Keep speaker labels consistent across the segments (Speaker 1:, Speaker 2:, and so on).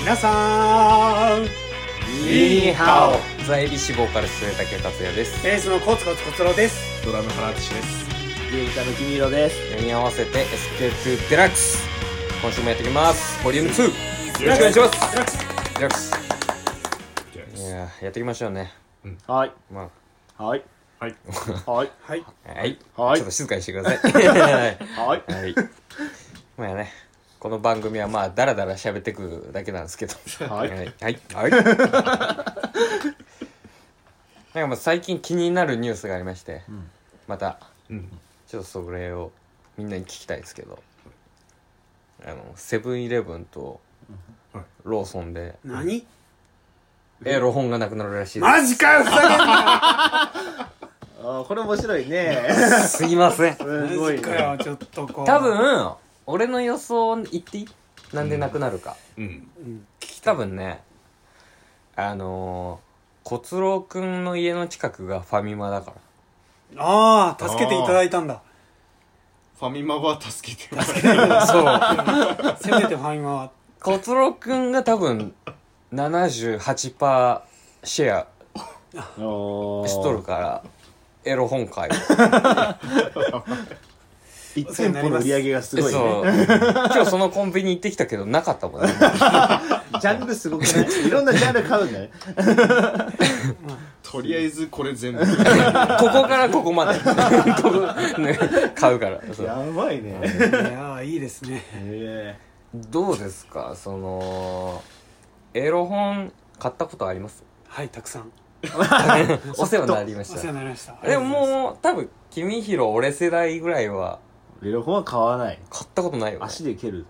Speaker 1: 皆さん
Speaker 2: ニーハオ在理志望から末竹達也です
Speaker 1: エースのコツコツコツロです
Speaker 3: ドラム原淳です。
Speaker 4: 牛タの君色です。
Speaker 2: 読み合わせて SK2 デラックス今週もやっていきますボリューム2よろしくお願いします
Speaker 1: デラックス
Speaker 2: デラックスいやーやっていきましょうね
Speaker 4: はい。
Speaker 2: ま
Speaker 4: はい。
Speaker 3: はい。
Speaker 4: はい。
Speaker 1: はい
Speaker 2: あはい、
Speaker 4: はい
Speaker 2: ちょっと静かにしてくださいはい
Speaker 4: はい。
Speaker 2: はいまあねこの番組はまあダラダラ喋ってくだけなんですけど
Speaker 4: はい
Speaker 2: はいはい、はい、なんかまあ最近気になるニュースがありまして、また
Speaker 3: うん。
Speaker 2: ちょっとそれをみんなに聞きたいですけどあのセブンイレブンと
Speaker 3: はい
Speaker 2: ローソンで
Speaker 1: 何
Speaker 2: エロ本がなくなるらしいで
Speaker 1: マジかよふざけんな
Speaker 4: あーこれ面白いね。
Speaker 2: すすいません
Speaker 4: す
Speaker 1: マ
Speaker 4: ごい
Speaker 1: ジか
Speaker 4: ね。
Speaker 1: よちょっとこう
Speaker 2: 多分俺の予想言っていいなんでなくなるか、
Speaker 3: うん。
Speaker 2: 多分ねあのー、小津郎くんの家の近くがファミマだから
Speaker 1: ああ助けていただいたんだ
Speaker 3: ファミマは助けて。
Speaker 2: そう
Speaker 1: せめてファインは
Speaker 2: 小津郎くんが多分78%シェ
Speaker 4: お
Speaker 2: ア
Speaker 4: ー
Speaker 2: しとる。からエロ本会を
Speaker 4: 一店舗の売り上げがすごいね。
Speaker 2: そう今日そのコンビニ行ってきたけどなかったもんね
Speaker 4: ジャンルすごくないいろんなジャンル買うんだね。
Speaker 3: とりあえずこ れ全部。
Speaker 2: ここからここまで ここね買うからそう
Speaker 4: やばいね。
Speaker 1: いやーいいですね
Speaker 4: へ
Speaker 2: どうですかそのエロ本買ったことあ ります
Speaker 1: はいたくさん
Speaker 2: お世話になりまし
Speaker 1: お世話
Speaker 2: た
Speaker 1: になりました
Speaker 2: でももう多分君ひろ俺世代ぐらいは
Speaker 4: え。レロ本は買わない。
Speaker 2: 買ったことないよ、ね、
Speaker 4: 足で蹴る。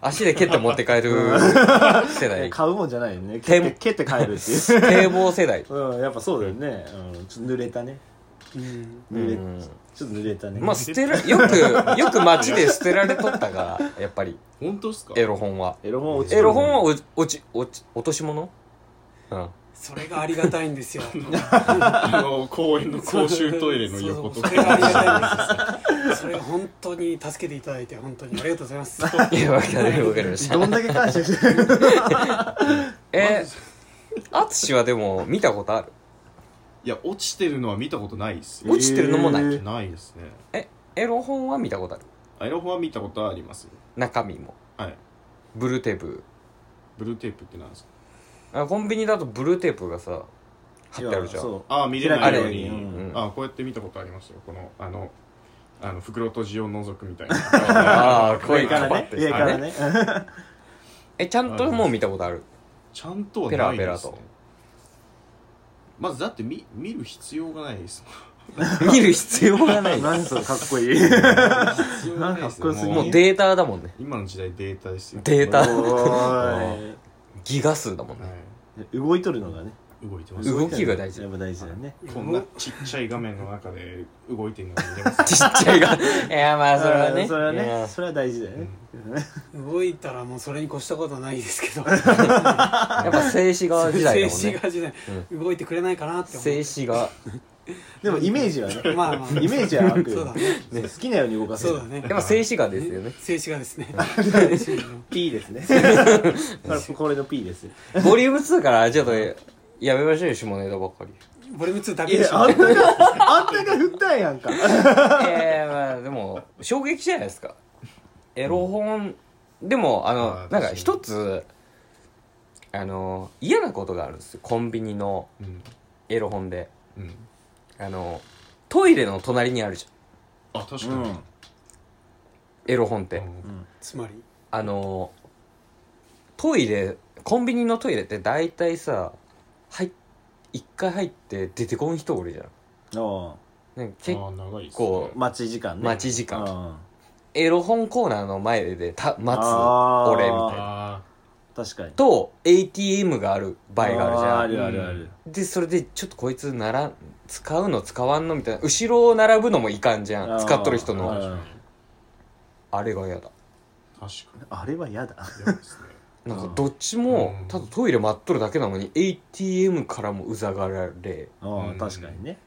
Speaker 2: 足で蹴って持って 帰る世代
Speaker 4: 買うもんじゃないよね。蹴って蹴って帰るっ ていう。
Speaker 2: 堤防世代
Speaker 4: うん、やっぱそうだよね。うん、ちょっと濡れたね。
Speaker 1: うん
Speaker 4: 濡れ
Speaker 2: うん、
Speaker 4: ちょっと濡れたね。
Speaker 2: まあ捨てらよくよく街で捨てられとったからやっぱり
Speaker 3: 本当っすか
Speaker 2: エロ本は
Speaker 4: エロ本は落ちて
Speaker 2: エ
Speaker 4: る
Speaker 2: ロ本はお落ち落ち落とし物うん
Speaker 1: それがありがたいんですよ
Speaker 3: あの、公園の公衆トイレの横と
Speaker 1: そうそうそれがあり
Speaker 3: か。
Speaker 1: がたいんですよそれが本当に助けていただいて本当にありがとうございます
Speaker 2: いやわかるわかりました
Speaker 4: どんだけ感謝してる
Speaker 2: えあつしはでも見たことある
Speaker 3: いや、落ちてるのは見たことないっすよ。
Speaker 2: 落ちてるのもない
Speaker 4: えー
Speaker 3: ないですね。
Speaker 2: えエロ本は見たことある
Speaker 3: エロ本は見たことはありますよ。
Speaker 2: 中身も
Speaker 3: はい。
Speaker 2: ブルーテープ
Speaker 3: ブルーテープってなんですか
Speaker 2: あコンビニだとブルーテープがさ貼ってあるじゃん
Speaker 4: そう
Speaker 3: ああ、見れないよう
Speaker 2: 開けない
Speaker 3: に。
Speaker 2: ようにうん
Speaker 3: ああ、こうやって見たことありますよ。この、あの、あの、袋とじを覗くみたい な。
Speaker 2: ああこうい
Speaker 4: 上
Speaker 2: う
Speaker 4: から
Speaker 2: パ
Speaker 4: ね
Speaker 2: ッ。て
Speaker 4: 上からね。
Speaker 2: えちゃんともう見たことある
Speaker 3: ちゃんとはない
Speaker 2: ペラ
Speaker 3: で
Speaker 2: ペ
Speaker 3: す
Speaker 2: ラ
Speaker 3: ね
Speaker 2: と
Speaker 3: まずだって見見る必要がないです
Speaker 2: 見る必要がない
Speaker 4: 何それかっこいい。
Speaker 3: 必要がないです
Speaker 4: なんかかっこよすぎ
Speaker 2: もうデータだもんね
Speaker 3: 今の時代データですよ
Speaker 2: データ
Speaker 4: お
Speaker 2: ギガ数だもんね
Speaker 3: は
Speaker 4: ーい動いとるのがね。
Speaker 3: い動いてます
Speaker 2: 動きが大事
Speaker 4: やっぱ大事だよね。
Speaker 3: こんなちっちゃい画面の中で動いてるのが見れます
Speaker 2: ちっちゃいが いやまあそれは
Speaker 4: あ
Speaker 2: ね
Speaker 4: ーそれはい
Speaker 2: や
Speaker 4: ね。それは大事だよね。
Speaker 1: 動いたらもうそれに越したことはないですけど
Speaker 2: やっぱ静止画時代だもん
Speaker 1: 静止
Speaker 2: ね
Speaker 1: 画時代、動いてくれないかなって思って
Speaker 2: 静 止画
Speaker 4: でもイメー ジはね。
Speaker 1: まあまあ
Speaker 4: イメージはある
Speaker 1: そうだね
Speaker 4: ね好きなように動かせ
Speaker 1: そ
Speaker 4: る
Speaker 1: うだね
Speaker 2: やっぱ静止画ですよね
Speaker 1: 静止画ですね
Speaker 4: P ですねこれこれの P です
Speaker 2: ボリューム2からちょっとやめましょうよ下ネタばっかり
Speaker 1: ボリューム2だ
Speaker 4: い
Speaker 1: けでし
Speaker 4: や
Speaker 1: ょ
Speaker 4: あんたがあんたが振ったんやんか
Speaker 2: ええまあでも衝撃じゃないですかエロ本、でもあの
Speaker 3: あー
Speaker 2: なんか
Speaker 3: 確かに
Speaker 2: 一つあの嫌なことがあるんですよコンビニの
Speaker 3: うん
Speaker 2: エロ本で
Speaker 3: うん
Speaker 2: あのトイレの隣にあるじゃん
Speaker 3: あ確か
Speaker 4: う
Speaker 3: に、
Speaker 4: ん
Speaker 2: エロ本って、
Speaker 3: うん
Speaker 1: つまり
Speaker 2: あのトイレコンビニのトイレって大体さ入っ一回入って出てこん人おるじゃん
Speaker 4: おう
Speaker 2: なんか結
Speaker 3: あー長いですね
Speaker 2: 構
Speaker 4: 待ち時間ね
Speaker 2: 待ち時間
Speaker 4: うん
Speaker 2: エロ本コーナーの前でた待つ
Speaker 4: あー
Speaker 2: 俺みたいな
Speaker 3: あ
Speaker 4: 確かに
Speaker 2: と ATM がある場合があるじゃん
Speaker 4: あるあるある
Speaker 2: でそれでちょっとこいつなら使うの使わんのみたいな後ろを並ぶのもいかんじゃ
Speaker 4: あ
Speaker 2: ん
Speaker 4: ー
Speaker 2: 使っとる人
Speaker 3: ー
Speaker 2: の
Speaker 4: は
Speaker 2: あ
Speaker 4: い
Speaker 2: れが嫌だ
Speaker 3: 確か
Speaker 4: あれは嫌だ
Speaker 3: に嫌ですね
Speaker 2: なんかどっちも
Speaker 3: うん
Speaker 2: ただトイレ待っとるだけなのに ATM からもうざがられ
Speaker 4: う
Speaker 3: うんん
Speaker 4: 確かにね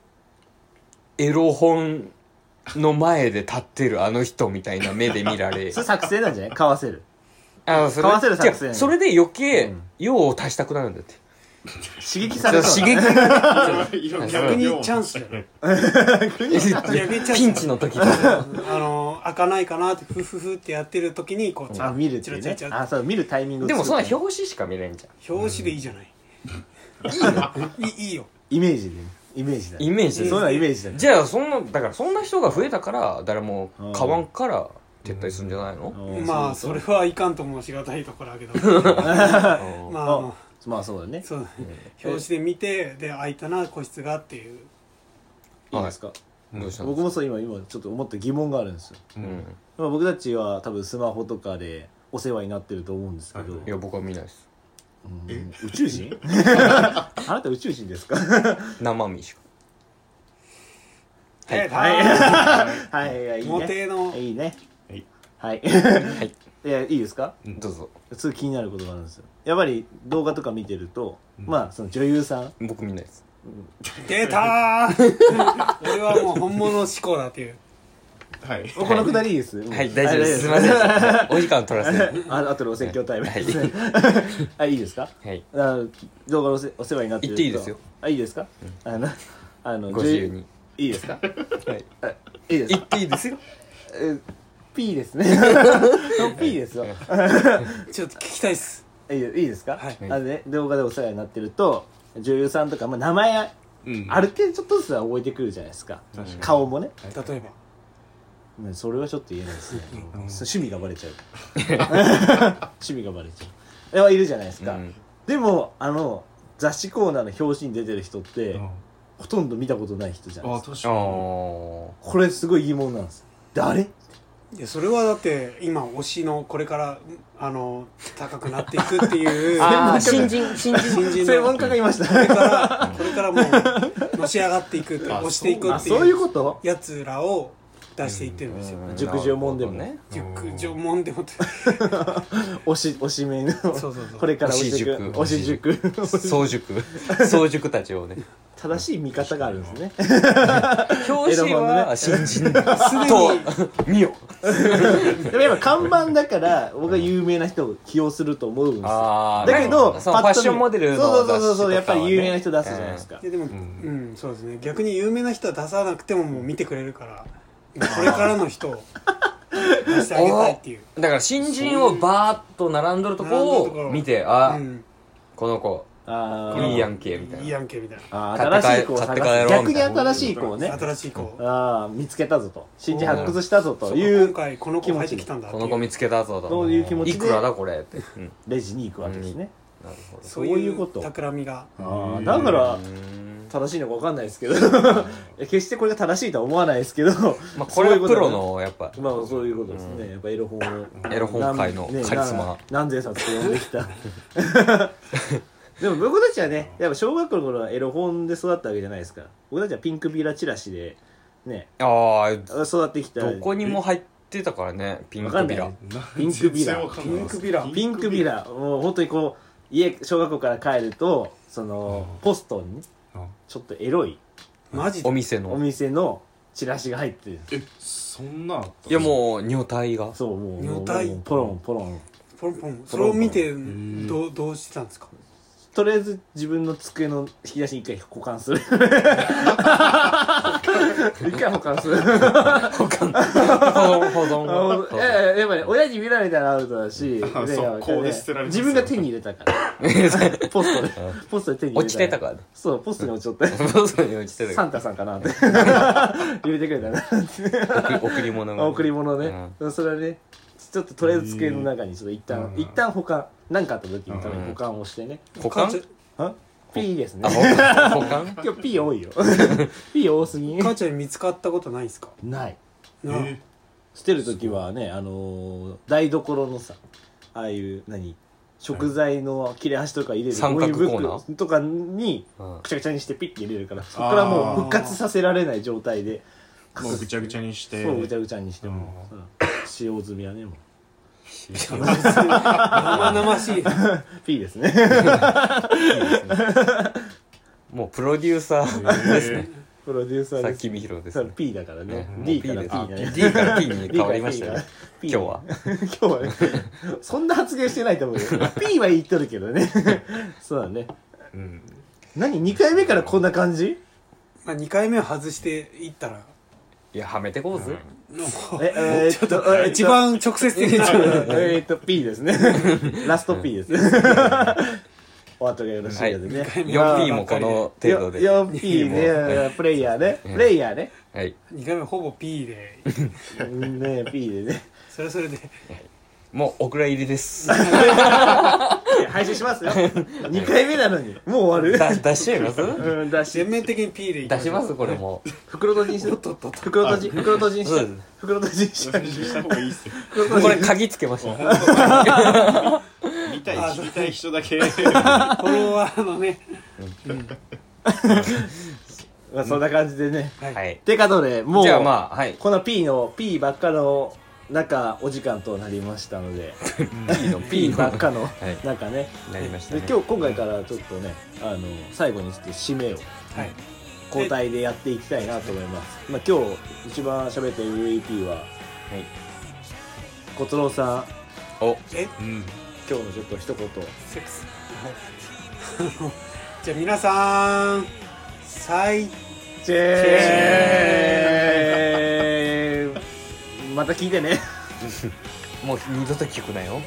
Speaker 2: エロ本の前で立ってるあの人みたいな目で見られ
Speaker 4: それ作成なんじゃない買わせる
Speaker 2: あそれ
Speaker 4: 買わせる作戦
Speaker 2: 違うそれで余計
Speaker 3: うん
Speaker 2: 用を足したくなるんだって
Speaker 4: 刺激さ
Speaker 2: 刺
Speaker 4: れそうだね
Speaker 2: 激
Speaker 1: 逆にチャンスじゃない 逆にチャンス
Speaker 2: ピンチの時と
Speaker 1: あ
Speaker 2: か
Speaker 1: の開かないかなってフフフってやってる時にこう
Speaker 4: あ見るってい
Speaker 1: チラ
Speaker 4: うね
Speaker 1: チラチラ
Speaker 4: あそう見るタイミングを
Speaker 2: でもそんな
Speaker 4: 作る
Speaker 2: 表紙しか見れんじゃ
Speaker 1: 表紙でいいじゃないいいいいよ
Speaker 4: イメージでイメージだ
Speaker 2: んイメージ
Speaker 4: そう
Speaker 2: で
Speaker 4: いうのはイメージだね
Speaker 2: じゃあそんなだからそんな人が増えたから誰も買わんから撤退するんじゃないの、
Speaker 4: うん
Speaker 1: まあ
Speaker 4: そう
Speaker 1: そ
Speaker 4: そ
Speaker 1: れ
Speaker 4: う
Speaker 1: はいかんともしがたいところだけど
Speaker 2: うん
Speaker 1: まああの
Speaker 4: あ まあそうだね
Speaker 1: そうだね表紙で見てで開いたな個室がっていう
Speaker 4: いいですか
Speaker 2: どうしたの
Speaker 4: 僕もそう今今ちょっと思った疑問があるんですよ
Speaker 2: うん
Speaker 4: まあ僕たちは多分スマホとかでお世話になってると思うんですけど、
Speaker 3: はい
Speaker 2: いや僕は見ないです
Speaker 4: うん宇宙人あなた宇宙人ですか
Speaker 2: 生身しかはい
Speaker 1: え
Speaker 4: はいはいはいいい
Speaker 1: モ
Speaker 4: ね
Speaker 1: テの
Speaker 4: いいね
Speaker 3: はい
Speaker 4: はい
Speaker 2: はい
Speaker 4: いやいいですか
Speaker 2: どうぞ
Speaker 4: すごい気になることがあるんですよやっぱり動画とか見てると、
Speaker 3: うん
Speaker 4: まあその女優さん
Speaker 2: 僕見ないです
Speaker 1: 出たー俺はもう本物志向だっていう
Speaker 3: はい
Speaker 4: このくだりいいです、うん
Speaker 2: はい大丈夫ですすいませんお時間取らせて
Speaker 4: ああとでお説教タイム ですねはいいいですか
Speaker 2: はい
Speaker 4: あの動画のお世お世話になって
Speaker 2: 言っ
Speaker 4: ると
Speaker 2: ていいですよ
Speaker 4: あいいですか、あのあの
Speaker 2: ご自由に
Speaker 4: いいですか
Speaker 2: はい
Speaker 4: いいです
Speaker 2: 言
Speaker 4: か
Speaker 2: っていいですよ
Speaker 4: え P で すね P ですよ
Speaker 1: ちょっと聞きたいっす
Speaker 4: いいいいですか、
Speaker 1: はい
Speaker 4: あのね、動画でお世話になってると女優さんとか、まあ、名前
Speaker 3: うん
Speaker 4: ある程度ちょっとずつは覚えてくるじゃないですか
Speaker 3: 確かに
Speaker 4: 顔もね、
Speaker 1: 例えば
Speaker 4: うんそれはちょっと言えないですね、そう趣味がバレちゃう趣味がバレちゃうではいるじゃないですか、
Speaker 2: うん
Speaker 4: でもあの雑誌コーナーの表紙に出てる人って、
Speaker 3: うん
Speaker 4: ほとんど見たことない人じゃない
Speaker 3: あ
Speaker 4: ですか
Speaker 3: 確
Speaker 2: あ
Speaker 3: かに
Speaker 2: ー
Speaker 4: これすごい疑問なんですよ誰
Speaker 1: いやそれはだって今推しのこれからあの高くなっていくっていう
Speaker 2: あー新人新人
Speaker 1: 新人
Speaker 4: 専
Speaker 1: の
Speaker 4: 門家がいました
Speaker 1: これからこれからもうのし上がっていくっていう
Speaker 3: あ
Speaker 1: 押していく
Speaker 4: あ
Speaker 1: って
Speaker 4: そうい
Speaker 1: いうう
Speaker 4: こと
Speaker 1: やつらを出していってるんですよ
Speaker 2: うん
Speaker 4: 熟女もんでも
Speaker 2: なる
Speaker 1: 熟女もんでもって
Speaker 4: 推し推しメンの
Speaker 1: そうそうそう
Speaker 4: これから推していく推
Speaker 2: 推
Speaker 4: し
Speaker 2: し
Speaker 4: 塾
Speaker 2: 塾ほどね早熟早熟たちを ね
Speaker 4: 正しい見方があるんですね
Speaker 2: 表紙は 新人と見よ
Speaker 4: でもやっぱ看板だから僕は有名な人を起用すると思うんですよ
Speaker 2: あー
Speaker 4: だけど
Speaker 2: そのファッションモデルの雑誌
Speaker 4: そう
Speaker 2: とかはね
Speaker 4: そうそうそうやっぱり有名な人出すじゃないですか
Speaker 1: いやでも、うんんそうですね逆に有名な人は出さなくてももう見てくれるからこれからの人を出してあげたいっていう、
Speaker 2: だから新人をバーッと並んどるとこ
Speaker 1: 並んどるとこ
Speaker 2: を
Speaker 1: ろ
Speaker 2: 見てあ
Speaker 1: うん、
Speaker 2: この子
Speaker 4: あー
Speaker 2: いいやんけみた
Speaker 1: いい
Speaker 2: いな
Speaker 1: やんけみたいな
Speaker 4: あー
Speaker 2: 買って帰
Speaker 4: 新しい子を探
Speaker 2: 買って帰ろ
Speaker 4: す
Speaker 2: う
Speaker 4: 逆に新しい子をね
Speaker 1: 新しい子を
Speaker 4: あー見つけたぞと新人発掘したぞとい
Speaker 1: 今
Speaker 4: う
Speaker 1: 回この子入ってきたんだって
Speaker 2: こ
Speaker 1: いう
Speaker 2: の子見つけたぞと
Speaker 4: どういう気持ちで
Speaker 2: いくらだこれってうん
Speaker 4: レジに行くわけですね
Speaker 2: なるほど
Speaker 1: そう
Speaker 4: そうい
Speaker 1: いう
Speaker 4: こ
Speaker 1: う
Speaker 4: と
Speaker 1: 企みが
Speaker 4: あ
Speaker 3: ん
Speaker 4: ーだから
Speaker 2: うーん
Speaker 4: 正しいのか分かんないですけどい や決してこれが正しいとは思わないですけど
Speaker 2: まあこれはプロのやっぱ
Speaker 4: まあそういうことですね、やっぱエロ本を
Speaker 2: エロ本界のカリスマ
Speaker 4: 何千冊読んでき たでも僕たちはねやっぱ小学校の頃はエロ本で育ったわけじゃないですから僕たちはピンクビラチラシでね
Speaker 2: ああ
Speaker 4: 育ってきた
Speaker 2: どこにも入ってたからねピン
Speaker 4: わか
Speaker 2: クビ
Speaker 4: んない
Speaker 2: ラ
Speaker 4: ピンクビラ
Speaker 3: 全然わかん
Speaker 1: ピ
Speaker 3: ない
Speaker 1: ンクビラ
Speaker 4: ピンクビラもう本当にこう家小学校から帰るとそのポストにね
Speaker 3: あ
Speaker 4: ちょっとエロい
Speaker 1: マジで
Speaker 2: お店の
Speaker 4: お店のチラシが入ってる
Speaker 3: えそんなあった
Speaker 2: いやもう女体が
Speaker 4: そうもう
Speaker 1: 女体
Speaker 4: もうポロンポロン
Speaker 1: ポロンポロンそれを見て
Speaker 3: ん
Speaker 1: どうどうしてたんですか
Speaker 4: とりあえず自分の机の引き出しに一回保管する一回保管する
Speaker 2: 保存保存
Speaker 4: あのいやいややっぱり親に見られたらアウトだし、ね
Speaker 3: あそう
Speaker 4: やっぱりね
Speaker 3: こうで捨てられます
Speaker 4: 自分
Speaker 3: よ
Speaker 4: が手に入れたからポストでポストで手に入れた
Speaker 2: 落ちてたからね
Speaker 4: そうポストに落ちちゃっ
Speaker 2: そうそう落ちて
Speaker 4: て
Speaker 2: た
Speaker 4: サ
Speaker 2: か
Speaker 4: ンタさんかなって入れてくれたな
Speaker 2: ら贈贈り物が
Speaker 4: 贈り物ね、それはねちょっととりあえず机の中にちょっと一旦、
Speaker 3: うん
Speaker 4: 一旦保管何かあった時のために
Speaker 2: うん
Speaker 4: 保管をしてね、
Speaker 2: 保管
Speaker 1: 母ち
Speaker 4: ん、ピーですね
Speaker 2: あ 保管保管
Speaker 4: 今日ピー 多いよピー多すぎ
Speaker 1: ゃん母ちゃんに見つかったことないんですか
Speaker 4: ない
Speaker 1: なあ
Speaker 3: え
Speaker 4: 捨てる時はねあのー台所のさああいう何食材の切れ端とか入れる
Speaker 2: 三角
Speaker 4: ゴミ袋
Speaker 2: コー
Speaker 4: とかに
Speaker 2: うん
Speaker 4: くちゃくちゃにしてピッて入れるからそこからもう復活させられない状態で
Speaker 3: もうぐちゃぐちゃにして
Speaker 4: そうぐちゃぐちゃにしても
Speaker 3: う
Speaker 4: うん使用済みはねもう
Speaker 1: 生々しい
Speaker 4: ピーですね
Speaker 2: もうプロデューサー
Speaker 3: えー
Speaker 4: プロデューサー
Speaker 2: さ
Speaker 4: で
Speaker 2: っ
Speaker 4: す
Speaker 2: きみひろです
Speaker 4: さ
Speaker 2: ね
Speaker 4: あ P だからね
Speaker 2: ねもう
Speaker 4: D か
Speaker 2: P
Speaker 4: ら
Speaker 2: で
Speaker 4: P
Speaker 2: す
Speaker 4: だね
Speaker 2: D から P に変わりましたね
Speaker 4: P
Speaker 2: 今日は
Speaker 4: 今日はねそんな発言してないと思うけど P は言っとるけどねそうだね
Speaker 3: うん
Speaker 4: 何2回目からこんな感じ
Speaker 1: まあ、2回目を外していったら
Speaker 2: いやはめてこうぜ
Speaker 1: もう
Speaker 4: ええーっとえーっと
Speaker 1: 一番直接的に言っちゃう
Speaker 4: えーっと P ですねラスト P ですねお後がよろしいようでね
Speaker 1: はい
Speaker 2: 4P もこの程度で
Speaker 4: よ 4P
Speaker 2: は
Speaker 4: ねプレイヤーねプレイヤーね
Speaker 2: はい
Speaker 1: 2回目ほぼ P で
Speaker 4: うんね P でね
Speaker 1: それはそれ で
Speaker 2: もうお蔵入りです
Speaker 4: いや配信しますよ2回目なのにもう終わ
Speaker 2: だ
Speaker 4: る
Speaker 2: 出しちゃいます
Speaker 4: うんだし
Speaker 1: 全面的に P でいき
Speaker 2: 出しますこれ
Speaker 1: も
Speaker 2: も
Speaker 4: 袋閉じにする袋閉じ袋閉じにし
Speaker 2: そう
Speaker 4: て
Speaker 2: です
Speaker 4: 袋閉じにし
Speaker 3: そ
Speaker 4: て
Speaker 3: れにした方がいいっすよ
Speaker 4: 袋閉
Speaker 2: こ
Speaker 4: じ
Speaker 2: れ
Speaker 4: にし
Speaker 2: 鍵つけました
Speaker 3: 見たい知りたい人だ け
Speaker 1: フォロワーのね
Speaker 4: まあそんな感じでね
Speaker 1: はい、
Speaker 2: はい
Speaker 4: てかどれもう
Speaker 2: じゃあまあはい
Speaker 4: この P の P ばっかの中お時間となりましたので
Speaker 2: P の
Speaker 4: P
Speaker 2: P の
Speaker 4: ばっかの
Speaker 2: い
Speaker 4: 中ね
Speaker 2: なりました
Speaker 4: で
Speaker 2: ね
Speaker 4: 今日今回からちょっとねあの最後にちょっと締め
Speaker 1: はい、
Speaker 4: を交代でやっていきたいなと思います、まあ、今日一番喋った MVP は
Speaker 2: はい
Speaker 4: 小太郎さん
Speaker 2: お
Speaker 1: え
Speaker 3: うん
Speaker 4: 今日のちょっと一言
Speaker 1: セックスはい じゃあ皆さん最
Speaker 4: チェーンまた聞いてね
Speaker 2: もう二度と聞くなよ